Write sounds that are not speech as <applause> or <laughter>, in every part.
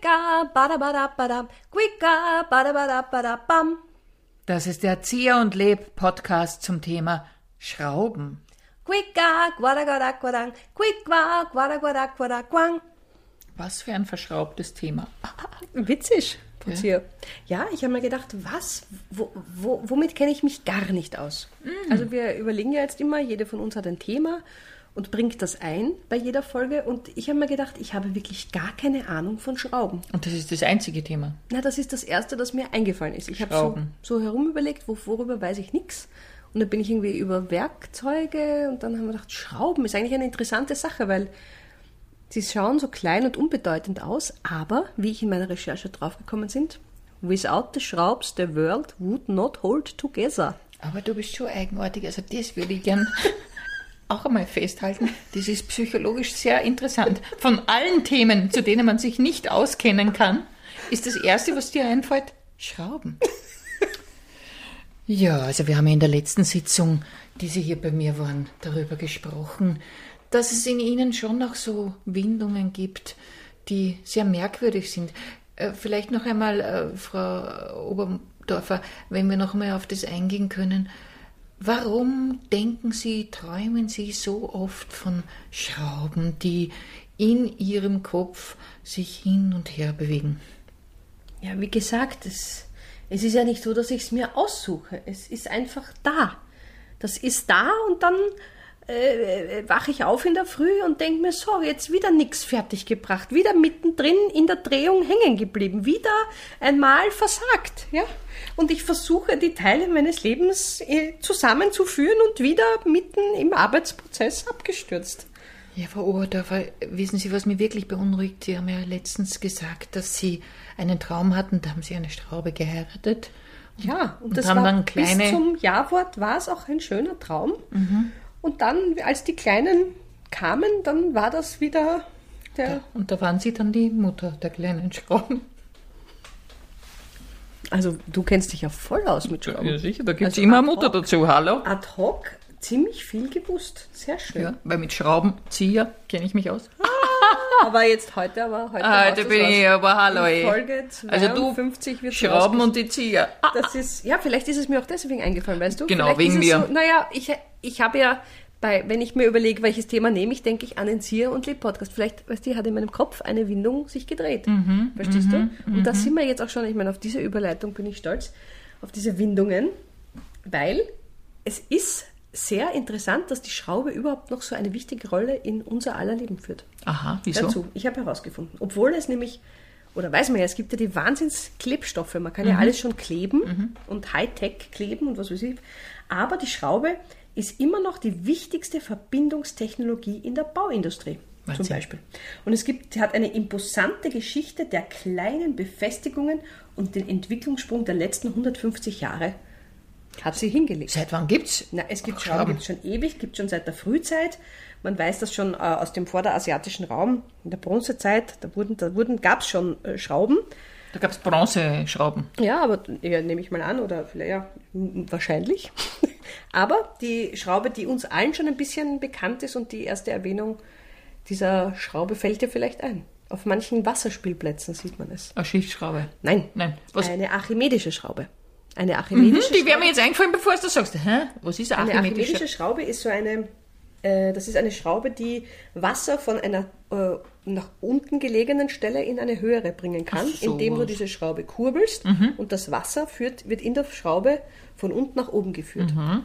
Quicker, badabadabadab, quicker, badabadabadabam. Das ist der Zier und Leb Podcast zum Thema Schrauben. Quicker, quadagadaquadang, quicker, quadagadaquadaquang. Was für ein verschraubtes Thema. Witzig, Putzier. Ja, ich habe mir gedacht, was, wo, wo, womit kenne ich mich gar nicht aus? Also wir überlegen ja jetzt immer, jede von uns hat ein Thema und bringt das ein bei jeder Folge. Und ich habe mir gedacht, ich habe wirklich gar keine Ahnung von Schrauben. Und das ist das einzige Thema. Na, das ist das Erste, das mir eingefallen ist. Ich habe so, Schrauben. so herumüberlegt, wo, worüber weiß ich nichts. Und dann bin ich irgendwie über Werkzeuge und dann haben wir gedacht, Schrauben ist eigentlich eine interessante Sache, weil sie schauen so klein und unbedeutend aus, aber wie ich in meiner Recherche draufgekommen sind, without the Schraubs, the world would not hold together. Aber du bist schon eigenartig. Also das würde ich gern <laughs> auch einmal festhalten. Das ist psychologisch sehr interessant. Von allen Themen, zu denen man sich nicht auskennen kann, ist das Erste, was dir einfällt, Schrauben. Ja, also wir haben ja in der letzten Sitzung, die Sie hier bei mir waren, darüber gesprochen, dass es in Ihnen schon noch so Windungen gibt, die sehr merkwürdig sind. Äh, Vielleicht noch einmal, äh, Frau Oberdorfer, wenn wir noch einmal auf das eingehen können. Warum denken Sie, träumen Sie so oft von Schrauben, die in Ihrem Kopf sich hin und her bewegen? Ja, wie gesagt, es, es ist ja nicht so, dass ich es mir aussuche. Es ist einfach da. Das ist da und dann äh, äh, wache ich auf in der Früh und denke mir, so, jetzt wieder nichts fertiggebracht. Wieder mittendrin in der Drehung hängen geblieben. Wieder einmal versagt. Ja? Und ich versuche, die Teile meines Lebens äh, zusammenzuführen und wieder mitten im Arbeitsprozess abgestürzt. Ja, Frau Oberdorfer, wissen Sie, was mich wirklich beunruhigt? Sie haben ja letztens gesagt, dass Sie einen Traum hatten, da haben Sie eine Schraube geheiratet. Ja, und, Und das haben war dann kleine- Mhm. bis zum Jawort war es auch ein schöner Traum. Und dann, als die Kleinen kamen, dann war das wieder der. Und da waren Sie dann die Mutter der kleinen Schrauben. Also du kennst dich ja voll aus mit Schrauben. sicher, da gibt Also ad hoc. dazu, hallo? Ad hoc ziemlich viel gewusst. Sehr schön. Ja, weil mit Schraubenzieher kenne ich mich aus. Aber jetzt heute aber heute. Ah, haut es raus. aber hallo eh. Also In Folge 52 wird's rausgeschnitten. und die Zieher. Das ist, ja, vielleicht ist es mir auch deswegen eingefallen, weißt du? Genau, vielleicht wegen ist es mir. So, naja, ich, ich habe ja, bei, wenn ich mir überlege, welches Thema nehme ich, denke ich an den Zier- und Leb-Podcast. Vielleicht, weißt du, hat in meinem Kopf eine Windung sich gedreht. Mhm, verstehst du? Und da sind wir jetzt auch schon, ich meine, auf diese Überleitung bin ich stolz, auf diese Windungen, weil es ist sehr interessant, dass die Schraube überhaupt noch so eine wichtige Rolle in unser aller Leben führt. Aha, wieso? Dazu, ich habe herausgefunden, obwohl es nämlich, oder weiß man ja, es gibt ja die Wahnsinnsklebstoffe, man Mhm. kann ja alles schon kleben und Hightech kleben und was weiß ich, aber die Schraube ist immer noch die wichtigste Verbindungstechnologie in der Bauindustrie. Wahnsinn. Zum Beispiel. Und es gibt, hat eine imposante Geschichte der kleinen Befestigungen und den Entwicklungssprung der letzten 150 Jahre hat sie hingelegt. Seit wann gibt's? Na, es gibt Ach, Schrauben, gibt schon ewig, gibt schon seit der Frühzeit. Man weiß das schon äh, aus dem vorderasiatischen Raum, in der Bronzezeit, da wurden, da wurden, gab es schon äh, Schrauben. Da gab es Bronzeschrauben. Ja, aber ja, nehme ich mal an, oder vielleicht, ja, m- wahrscheinlich. <laughs> aber die Schraube, die uns allen schon ein bisschen bekannt ist und die erste Erwähnung dieser Schraube fällt dir vielleicht ein. Auf manchen Wasserspielplätzen sieht man es. Eine Schichtschraube. Nein, Nein, was- eine archimedische Schraube. Eine Hm, archimedische die wäre mir jetzt eingefallen, bevor du das sagst. Hä? Was ist eine Eine archimedische? archimedische Schraube ist so eine, äh, das ist eine Schraube, die Wasser von einer äh, nach unten gelegenen Stelle in eine höhere bringen kann, Ach so. Mhm. indem du diese Schraube kurbelst und das Wasser führt, wird in der Schraube von unten nach oben geführt. Mhm.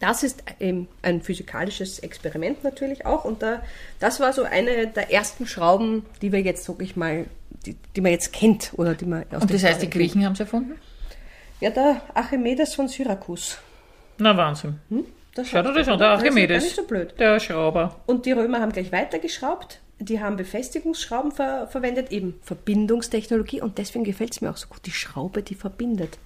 Das ist ähm, ein physikalisches Experiment natürlich auch und da, das war so eine der ersten Schrauben, die wir jetzt wirklich mal, die, die man jetzt kennt oder die man aus Und dem das heißt, die Vorhinein- Griechen haben es erfunden? Ja, der Archimedes von Syrakus. Na Wahnsinn. Das Schau dir das an, der Hm? Das ist gar Archimedes. nicht so blöd. Der Schrauber. Und die Römer haben gleich weitergeschraubt. Die haben Befestigungsschrauben ver verwendet, eben Verbindungstechnologie. Und deswegen gefällt es mir auch so gut, die Schraube, die verbindet.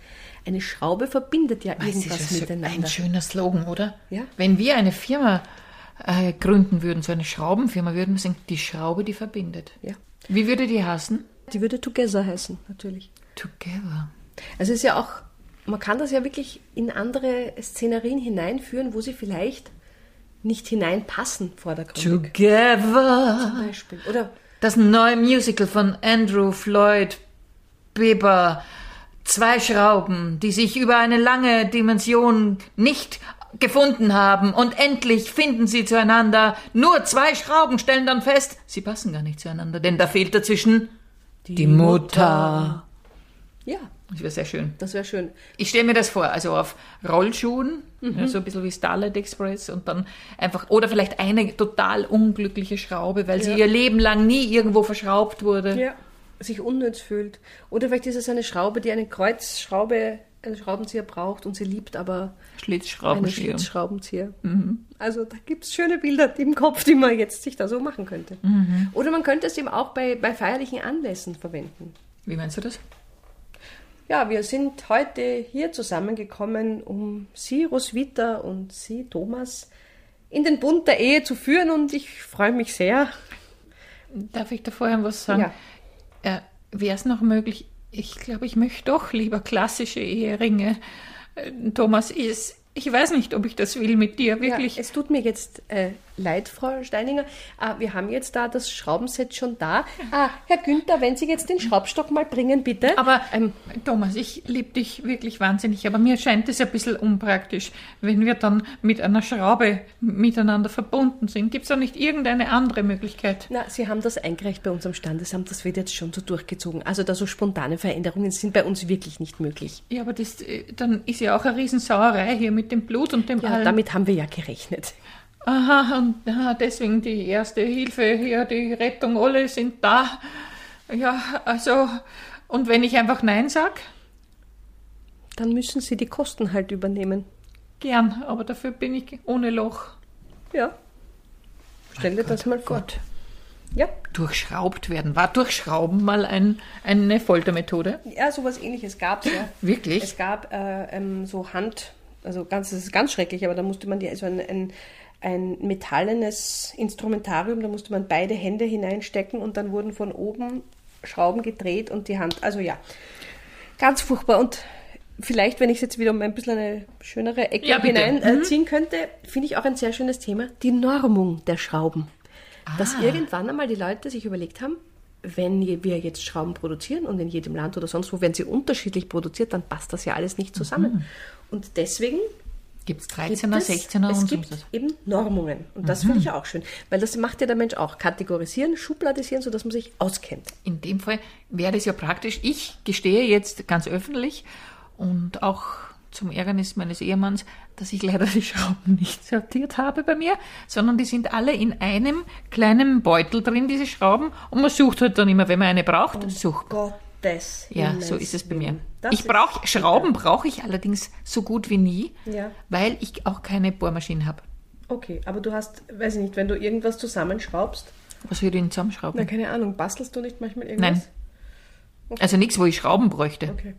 Eine Schraube verbindet ja Das ist irgendwas ja so ein miteinander. schöner Slogan, oder? Ja. Wenn wir eine Firma äh, gründen würden, so eine Schraubenfirma, würden wir sagen, die Schraube, die verbindet. Ja. Wie würde die heißen? Die würde Together heißen, natürlich. Together. Also es ist ja auch, man kann das ja wirklich in andere Szenerien hineinführen, wo sie vielleicht nicht hineinpassen vordergründig. Together. Zum Beispiel. Oder Das neue Musical von Andrew Floyd Bieber. Zwei Schrauben, die sich über eine lange Dimension nicht gefunden haben und endlich finden sie zueinander. Nur zwei Schrauben stellen dann fest, sie passen gar nicht zueinander, denn da fehlt dazwischen die, Mutter. Ja, Das wäre sehr schön. das wäre schön. Ich stelle mir das vor, also auf Rollschuhen, ja, so ein bisschen wie Starlight Express und dann einfach, oder vielleicht eine total unglückliche Schraube, weil sie Ja. ihr Leben lang nie irgendwo verschraubt wurde. Ja. Sich unnütz fühlt. Oder vielleicht ist es eine Schraube, die eine Kreuzschraube, einen Schraubenzieher braucht und sie liebt aber einen Schlitzschraubenschier. Schlitzschraubenzieher. Also da gibt es schöne Bilder im Kopf, die man jetzt sich da so machen könnte. Oder man könnte es eben auch bei, bei feierlichen Anlässen verwenden. Wie meinst du das? Ja, wir sind heute hier zusammengekommen, um Sie, Roswitha, und Sie, Thomas, in den Bund der Ehe zu führen und ich freue mich sehr. Darf ich da vorher was sagen? Ja. Äh, Wäre es noch möglich? Ich glaube, ich möchte doch lieber klassische Eheringe. Äh, Thomas, ich, ich weiß nicht, ob ich das will mit dir, wirklich. Ja, es tut mir jetzt äh, leid, Frau Steininger. Ah, wir haben jetzt da das Schraubenset schon da. Ah, Herr Günther, wenn Sie jetzt den Schraubstock mal bringen, bitte. aber ähm, Thomas, ich liebe dich wirklich wahnsinnig, aber mir scheint es ein bisschen unpraktisch, wenn wir dann mit einer Schraube miteinander verbunden sind. Gibt es da nicht irgendeine andere Möglichkeit? na, Sie haben das eingereicht bei unserem Standesamt, das wird jetzt schon so durchgezogen. Also da so spontane Veränderungen sind bei uns wirklich nicht möglich. Ja, aber das, äh, dann ist ja auch eine Riesensauerei hier mit dem Blut und dem Ja, allem. damit haben wir ja gerechnet. Aha, und ah, deswegen die erste Hilfe hier, die Rettung, alle sind da. Ja, also, und wenn ich einfach Nein sag, Dann müssen Sie die Kosten halt übernehmen. gern, aber dafür bin ich ohne Loch. Ja. Stell dir das mal vor. Gott. Ja, Durchschraubt werden. War Durchschrauben mal ein, eine Foltermethode? ja, sowas ähnliches gab es ja. Wirklich? Es gab äh, ähm, so Hand, also ganz, das ist ganz schrecklich, aber da musste man die, also ein, ein, ein metallenes Instrumentarium, da musste man beide Hände hineinstecken und dann wurden von oben Schrauben gedreht und die Hand, also ja, ganz furchtbar. Und vielleicht, wenn ich es jetzt wieder um ein bisschen eine schönere Ecke Ja, bitte. Mhm. hineinziehen könnte, finde ich auch ein sehr schönes Thema, die Normung der Schrauben. Dass Ah. irgendwann einmal die Leute sich überlegt haben, wenn wir jetzt Schrauben produzieren und in jedem Land oder sonst wo werden sie unterschiedlich produziert, dann passt das ja alles nicht zusammen. Mhm. Und deswegen Gibt's gibt 13er, es, 16er es und gibt so? Mhm. eben Normungen. Und das finde ich ja auch schön, weil das macht ja der Mensch auch. Kategorisieren, schubladisieren, sodass man sich auskennt. In dem Fall wäre das ja praktisch. Ich gestehe jetzt ganz öffentlich und auch zum Ärgernis meines Ehemanns, dass ich leider die Schrauben <laughs> nicht sortiert habe bei mir, sondern die sind alle in einem kleinen Beutel drin, diese Schrauben. Und man sucht halt dann immer, wenn man eine braucht, sucht. Gottes Ja, Um Himmels so ist es bei mir. Willen. Das ich ist- brauche Schrauben brauche ich allerdings so gut wie nie, Ja. weil ich auch keine Bohrmaschine habe. Okay, aber du hast, weiß ich nicht, wenn du irgendwas zusammenschraubst, Was würde ich denn na zusammenschrauben? keine Ahnung, bastelst du nicht manchmal irgendwas? Nein. Also nichts, wo ich Schrauben bräuchte. Okay.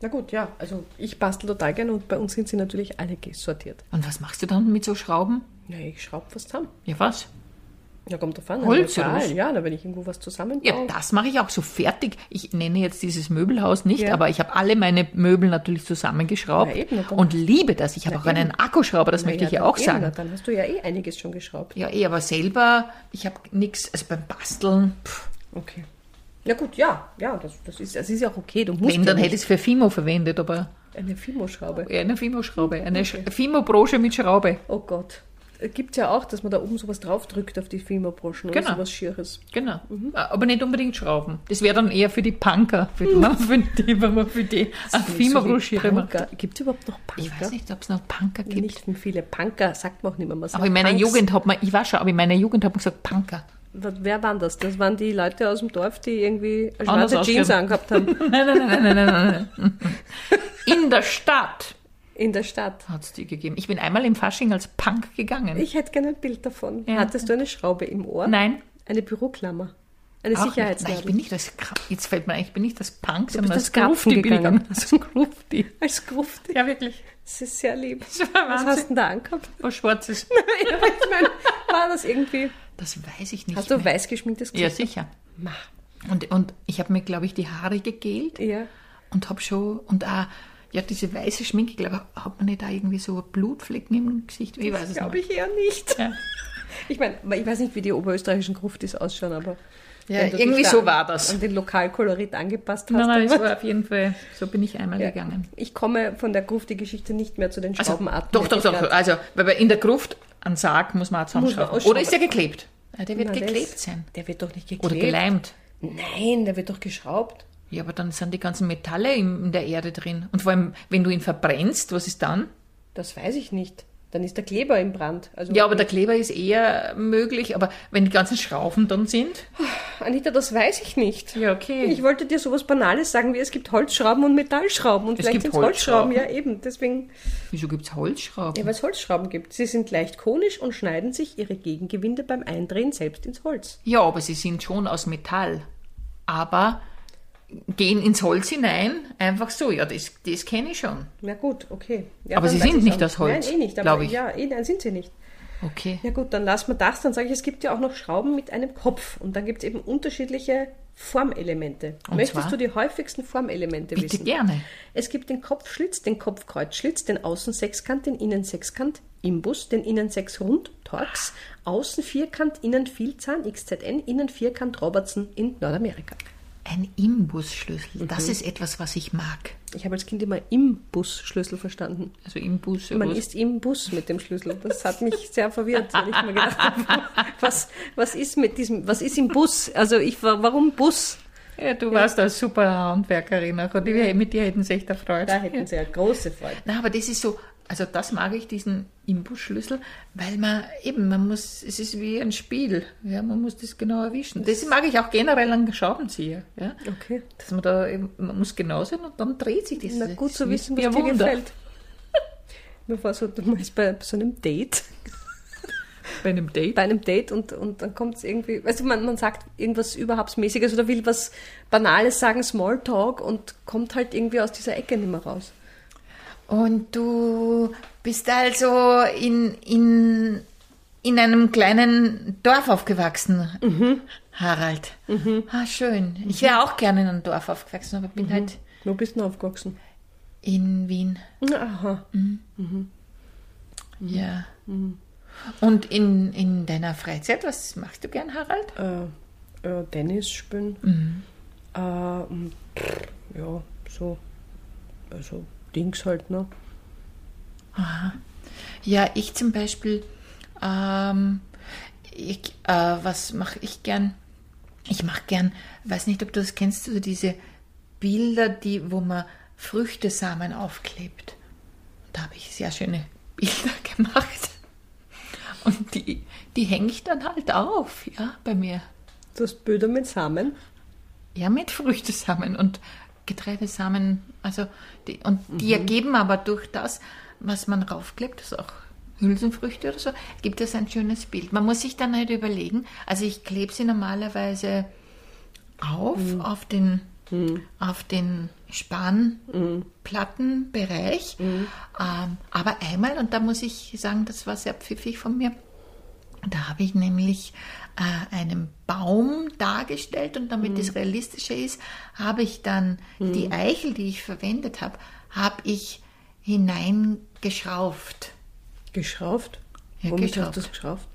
Na gut, ja, also ich bastel total gerne und bei uns sind sie natürlich alle gesortiert. Und was machst du dann mit so Schrauben? Na, ich schraube was zusammen. Ja, was? Ja, kommt drauf an. Holz Lokal, oder was? Ja, na, wenn ich irgendwo was zusammenbaue. Ja, das mache ich auch so fertig. Ich nenne jetzt dieses Möbelhaus nicht, Ja. aber ich habe alle meine Möbel natürlich zusammengeschraubt Na eben, na dann- und liebe das. Ich habe Na auch eben. einen Akkuschrauber, das Na möchte ich ja dann auch eben, na, sagen. Dann hast du ja eh einiges schon geschraubt. Ja, eh, aber selber, ich habe nichts, also beim Basteln, pff, Okay. Ja gut, ja, ja, das, das, ist, das ist ja auch okay. Du musst wenn, dann ja hätte ich es für Fimo verwendet, aber nicht eine Fimo-Schraube. ja, eine Fimo-Schraube, eine Sch- Fimo-Brosche mit Schraube. Oh Gott. Gibt es ja auch, dass man da oben sowas draufdrückt auf die Fimo-Broschen oder Genau. sowas Schieres. Genau. Mhm. Aber nicht unbedingt Schrauben. Das wäre dann eher für die Punker, für die, Hm. <laughs> für die, wenn man für die eine Fimo-Brosche macht. Gibt es überhaupt noch Punker? Ich weiß nicht, ob es noch Punker gibt. Nicht viele Punker, sagt man auch nicht mehr. Man sagt Aber in meiner Punks. Jugend hat man, ich war schon, aber in meiner Jugend hat man gesagt Punker. W- Wer waren das? Das waren die Leute aus dem Dorf, die irgendwie eine Anders schwarze Jeans aussehen. angehabt haben <laughs> <laughs> Nein, nein, nein, nein, nein, nein, nein. <laughs> In der Stadt in der Stadt. hat es die gegeben. Ich bin einmal im Fasching als Punk gegangen. Ich hätte gerne ein Bild davon. Ja. Hattest du eine Schraube im Ohr? Nein. Eine Büroklammer? Eine auch nicht. Nein, ich bin Sicherheitsnadel? nicht als, Kra- jetzt fällt mir ein, ich bin nicht als Punk, sondern als bist als Krapfen Grufti bin ich gegangen. gegangen. Als Grufti. <laughs> Als Gruft. Ja, wirklich. Das ist sehr lieb. Das war Was Wahnsinn. hast du denn da angehabt? Was Schwarzes. Ja, aber ich meine, war das irgendwie... Das weiß ich nicht Hast du mehr. Also weiß geschminktes Ja, sicher. Ma. Und, und ich habe mir, glaube ich, die Haare gegelt Ja. und habe schon, und auch, ja, diese weiße Schminke, glaube ich, hat man nicht da irgendwie so Blutflecken im Gesicht? Ich weiß es Glaube nicht. <laughs> ich eher nicht. Ja. Ich meine, ich weiß nicht, wie die oberösterreichischen Gruftis ausschauen, aber Ja, wenn du dich irgendwie da so war das. An den Lokalkolorit angepasst hast. Nein, nein, es aber- war auf jeden Fall, so bin ich einmal Ja. gegangen. Ich komme von der Gruft die Geschichte nicht mehr zu den Also, Schraubenarten. doch, doch, doch. erklärt. Also, weil bei- in der Gruft an Sarg muss man auch man zusammenschrauben. ausschrauben. Oder ist der geklebt? Ja, Ah, der wird Na, der geklebt ist- sein. Der wird doch nicht geklebt. Oder geleimt. Nein, der wird doch geschraubt. Ja, aber dann sind die ganzen Metalle in, in der Erde drin. Und vor allem, wenn du ihn verbrennst, was ist dann? Das weiß ich nicht. Dann ist der Kleber im Brand. Also, Ja, aber der Kleber ist eher möglich. Aber wenn die ganzen Schrauben dann sind? Anita, das weiß ich nicht. Ja, okay. Ich wollte dir sowas Banales sagen, wie es gibt Holzschrauben und Metallschrauben. Und Es vielleicht gibt sind Holzschrauben. Holzschrauben. Ja, eben. Deswegen, Wieso gibt es Holzschrauben? ja, weil es Holzschrauben gibt. Sie sind leicht konisch und schneiden sich ihre Gegengewinde beim Eindrehen selbst ins Holz. Ja, aber sie sind schon aus Metall. Aber gehen ins Holz hinein, einfach so. Ja, das, das kenne ich schon. Na gut, okay. Ja, Aber dann sie weiß sind ich's nicht auch aus Holz, Nein, eh nicht. glaub Aber ich. ja, eh, nein, sind sie nicht. Okay. Ja gut, dann lassen wir das. Dann sage ich, es gibt ja auch noch Schrauben mit einem Kopf. Und dann gibt es eben unterschiedliche Formelemente. Und Möchtest zwar? du die häufigsten Formelemente Bitte wissen? gerne. Es gibt den Kopfschlitz, den Kopfkreuzschlitz, den Außensechskant, den Innensechskant, Imbus, den Innensechsrund, Torx, Außenvierkant, Innenvielzahn, XZN, Innenvierkant, Robertson in Nordamerika. Ein Mhm. Imbusschlüssel, das ist etwas, was ich mag. Ich habe als Kind immer Imbusschlüssel verstanden. Also Imbus. Man was? ist im Bus mit dem Schlüssel. Das hat mich sehr verwirrt, weil ich mir gedacht habe, <laughs> was, was ist mit diesem, was ist im Bus? Also ich war, warum Bus? ja, du warst eine super Handwerkerin auch und wir- mit dir hätten sie echt erfreut. Da hätten sie ja große Freude. Na, aber das ist so, also das mag ich, diesen Imbusschlüssel, weil man eben, man muss, es ist wie ein Spiel, ja, man muss das genau erwischen. Das mag ich auch generell an Schraubenzieher, ja. Okay. Dass man da, eben, man muss genau sein und dann dreht sich das. Na gut zu Das ist wissen, mir was dir Wunder. <laughs> gefällt. Mir war so, du meinst bei so einem Date, Bei einem Date. bei einem Date und, und dann kommt es irgendwie, weißt du, man, man sagt irgendwas Überhabsmäßiges oder will was Banales sagen, Smalltalk und kommt halt irgendwie aus dieser Ecke nicht mehr raus. Und du bist also in, in, in einem kleinen Dorf aufgewachsen, Harald. Ah, schön. Ich wäre auch gerne in einem Dorf aufgewachsen, aber bin halt Wo bist du denn aufgewachsen? in Wien. Aha. Ja. Und in, in deiner Freizeit, was machst du gern, Harald? äh, äh, Tennis spielen. Äh, und, pff, ja, so. Also Dings halt, ne? Ja, ich zum Beispiel, ähm, ich, äh, was mache ich gern? Ich mache gern, weiß nicht, ob du das kennst, so diese Bilder, die, wo man Früchtesamen aufklebt. Da habe ich sehr schöne <laughs> Bilder gemacht. Und die, die hänge ich dann halt auf, ja, bei mir. Das Böder mit Samen. Ja, mit Früchtesamen und Getreidesamen. Also die, und die ergeben aber durch das, was man raufklebt, das ist auch Hülsenfrüchte oder so, gibt es ein schönes Bild. Man muss sich dann halt überlegen, also ich klebe sie normalerweise auf, auf den, auf den Spanplattenbereich. Ähm, aber einmal, und da muss ich sagen, das war sehr pfiffig von mir, da habe ich nämlich äh, einen Baum dargestellt und damit es realistischer ist, habe ich dann die Eichel, die ich verwendet habe, habe ich hineingeschrauft Geschrauft? Ja, Womit geschraubt. hast du das geschrauft?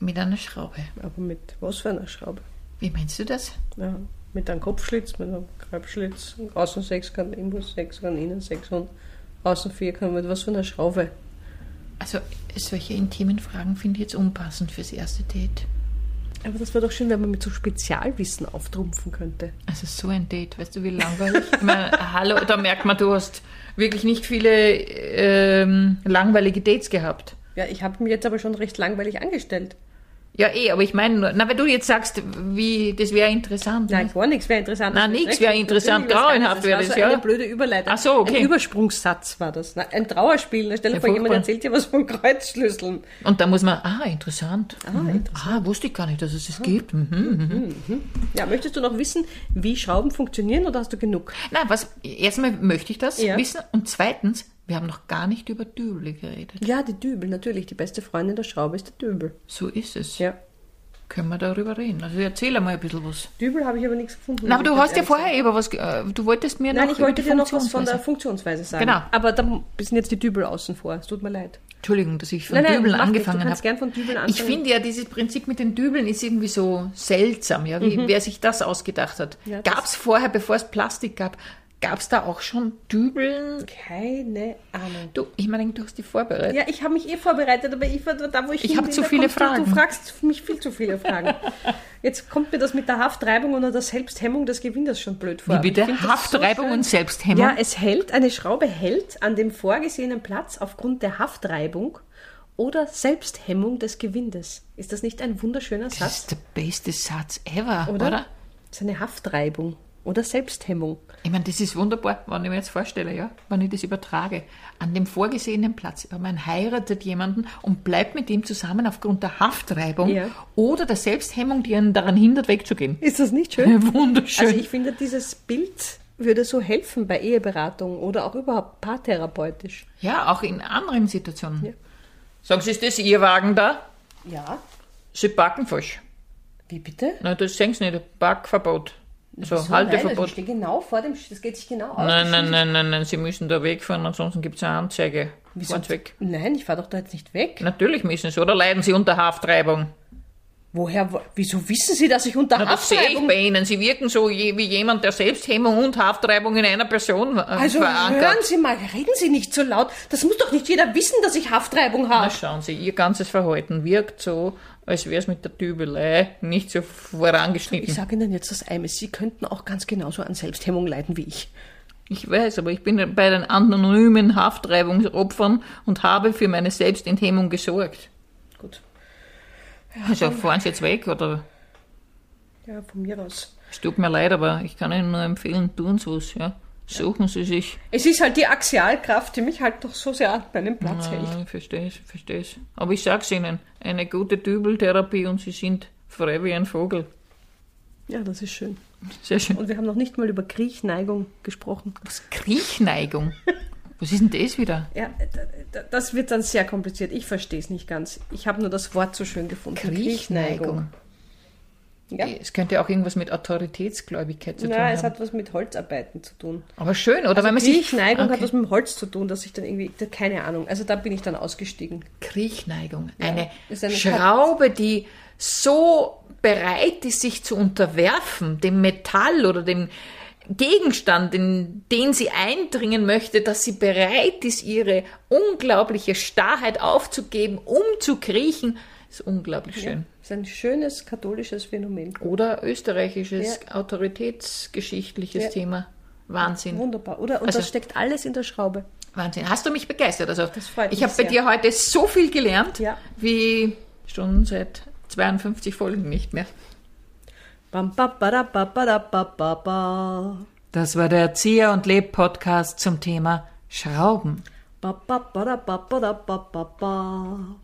mit einer Schraube. Aber mit was für einer Schraube? Wie meinst du das? Ja, mit einem Kopfschlitz, mit einem Kreibschlitz, außen Sechskant, Imbus Sechskant, innen Sechskant, außen Vierkant, mit was für einer Schraube? Also solche intimen Fragen finde ich jetzt unpassend fürs erste Date. Aber das wäre doch schön, wenn man mit so Spezialwissen auftrumpfen könnte. Also so ein Date, weißt du, wie langweilig? Ich meine, <laughs> hallo, da merkt man, du hast wirklich nicht viele ähm, langweilige Dates gehabt. Ja, ich habe mich jetzt aber schon recht langweilig angestellt. Ja, eh, aber ich meine nur, na, wenn du jetzt sagst, wie, das wäre interessant. ne? Nein, gar nichts wäre interessant. Hm? Nein, nichts wäre interessant. Grauenhaft wäre das, Das war so ja. eine blöde Überleitung. Ach so, okay. Ein Übersprungssatz war das. Na, ein Trauerspiel. Na, Stell dir Ja, vor, jemand furchtbar. erzählt dir was von Kreuzschlüsseln. Und da muss man, ah, interessant. Ah, interessant. ah wusste ich gar nicht, dass es das gibt. Mhm. Ja, möchtest du noch wissen, wie Schrauben funktionieren oder hast du genug? Na, was, erstmal möchte ich das Ja. wissen. Und zweitens, wir haben noch gar nicht über Düble geredet. Ja, die Dübel, natürlich. Die beste Freundin der Schraube ist der Dübel. So ist es. Ja. Können wir darüber reden? Also erzähl mal ein bisschen was. Dübel habe ich aber nichts gefunden. Na, aber du muss hast ich ja ganz ehrlich vorher über was, ge- äh, du wolltest mir sagen. Nein, noch ich wollte über die dir noch was von der Funktionsweise. Funktionsweise sagen. Genau. Aber da sind jetzt die Dübel außen vor. Es tut mir leid. Entschuldigung, dass ich von Nein, nein, Dübeln mach nicht. Du angefangen kannst habe. gern von Ich Dübeln anfangen. finde ja, dieses Prinzip mit den Dübeln ist irgendwie so seltsam, ja, wie, wer sich das ausgedacht hat. Mhm. Ja, das- gab es vorher, bevor es Plastik gab, gab es da auch schon Dübeln? Keine Ahnung. Du, ich meine, du hast die vorbereitet. Ja, ich habe mich eh vorbereitet, aber ich war da, wo ich Ich hin hab bin, zu da viele kommst Du, Fragen. du fragst mich viel zu viele Fragen. <laughs> Jetzt kommt mir das mit der Haftreibung oder der Selbsthemmung des Gewinders schon blöd vor. Wie aber ich bitte? find das so Haftreibung schön. und Selbsthemmung? Ja, es hält, eine Schraube hält an dem vorgesehenen Platz aufgrund der Haftreibung oder Selbsthemmung des Gewindes. Ist das nicht ein wunderschöner das Satz? ist der beste Satz ever, oder? Oder? Das ist eine Haftreibung oder Selbsthemmung. Ich meine, das ist wunderbar, wenn ich mir jetzt vorstelle, ja, wenn ich das übertrage. An dem vorgesehenen Platz, ja, man heiratet jemanden und bleibt mit ihm zusammen aufgrund der Haftreibung Ja. oder der Selbsthemmung, die einen daran hindert, wegzugehen. Ist das nicht <laughs> schön? Wunderschön. Also ich finde, dieses Bild würde so helfen bei Eheberatung oder auch überhaupt paartherapeutisch. ja, auch in anderen Situationen. Ja. Sagen Sie, ist das Ihr Wagen da? Ja. Sie parken falsch. Wie bitte? Na, das sehen Sie nicht. Parkverbot. So, Nein, das Halteverbot. steht genau vor dem, Sch- das geht sich genau aus. halt Nein, nein, nein, nein, nein, Sie müssen da wegfahren, ansonsten gibt es eine Anzeige. Wieso? weg. Nein, ich fahre doch da jetzt nicht weg. Natürlich müssen Sie, oder leiden Sie unter Haftreibung? Woher, wo- wieso wissen Sie, dass ich unter Na, das sehe ich Haftreibung bei Ihnen. Sie wirken so je, wie jemand, der Selbsthemmung und Haftreibung in einer Person äh, Also hören verankert. Sie mal, reden Sie nicht so laut. Das muss doch nicht jeder wissen, dass ich Haftreibung Na, habe. schauen Sie, Ihr ganzes Verhalten wirkt so, als wäre es mit der Dübelei nicht so vorangeschnitten. Ich sage Ihnen jetzt das Eimes, Sie könnten auch ganz genauso an Selbsthemmung leiden wie ich. Ich weiß, aber ich bin bei den anonymen Haftreibungsopfern und habe für meine Selbstenthemmung gesorgt. Gut, Also fahren Sie jetzt weg oder ja, von mir aus. es tut mir leid, aber ich kann Ihnen nur empfehlen, tun Sie was, ja. Suchen Sie sich. Es ist halt die Axialkraft, die mich halt doch so sehr an meinem Platz hält. Ja, ich Ah, verstehe es, verstehe es. Aber ich sag's Ihnen, eine gute Dübeltherapie und Sie sind frei wie ein Vogel. Ja, das ist schön. Sehr schön. Und wir haben noch nicht mal über Kriechneigung gesprochen. Was Kriechneigung? Was ist denn das wieder? Ja, d- d- das wird dann sehr kompliziert. Ich verstehe es nicht ganz. Ich habe nur das Wort so schön gefunden. Ja. Es könnte auch irgendwas mit Autoritätsgläubigkeit zu Ja, tun es haben. hat was mit Holzarbeiten zu tun. Aber schön, oder? Weil man sich Kriechneigung okay. hat was mit dem Holz zu tun, dass ich dann irgendwie, da- keine Ahnung. Also da bin ich dann ausgestiegen. Kriechneigung. Eine, Ist eine Schraube, die so bereit ist, sich zu unterwerfen, dem Metall oder dem Gegenstand, in den sie eindringen möchte, dass sie bereit ist, ihre unglaubliche Starrheit aufzugeben, um zu kriechen, ist unglaublich schön. Das ist ein schönes katholisches Phänomen. Oder österreichisches autoritätsgeschichtliches Ja. Thema. Wahnsinn. Wunderbar, oder? Und Also- das steckt alles in der Schraube. Wahnsinn. Hast du mich begeistert? Also, das freut ich mich habe bei sehr. dir heute so viel gelernt, Ja. wie schon seit 52 Folgen nicht mehr. Bam, ba, ba, da, ba, ba, da, ba, ba, ba. Das war der Erzieher und Leb Podcast zum Thema Schrauben. Ba, ba, ba, da, ba, ba, da, ba, ba, ba.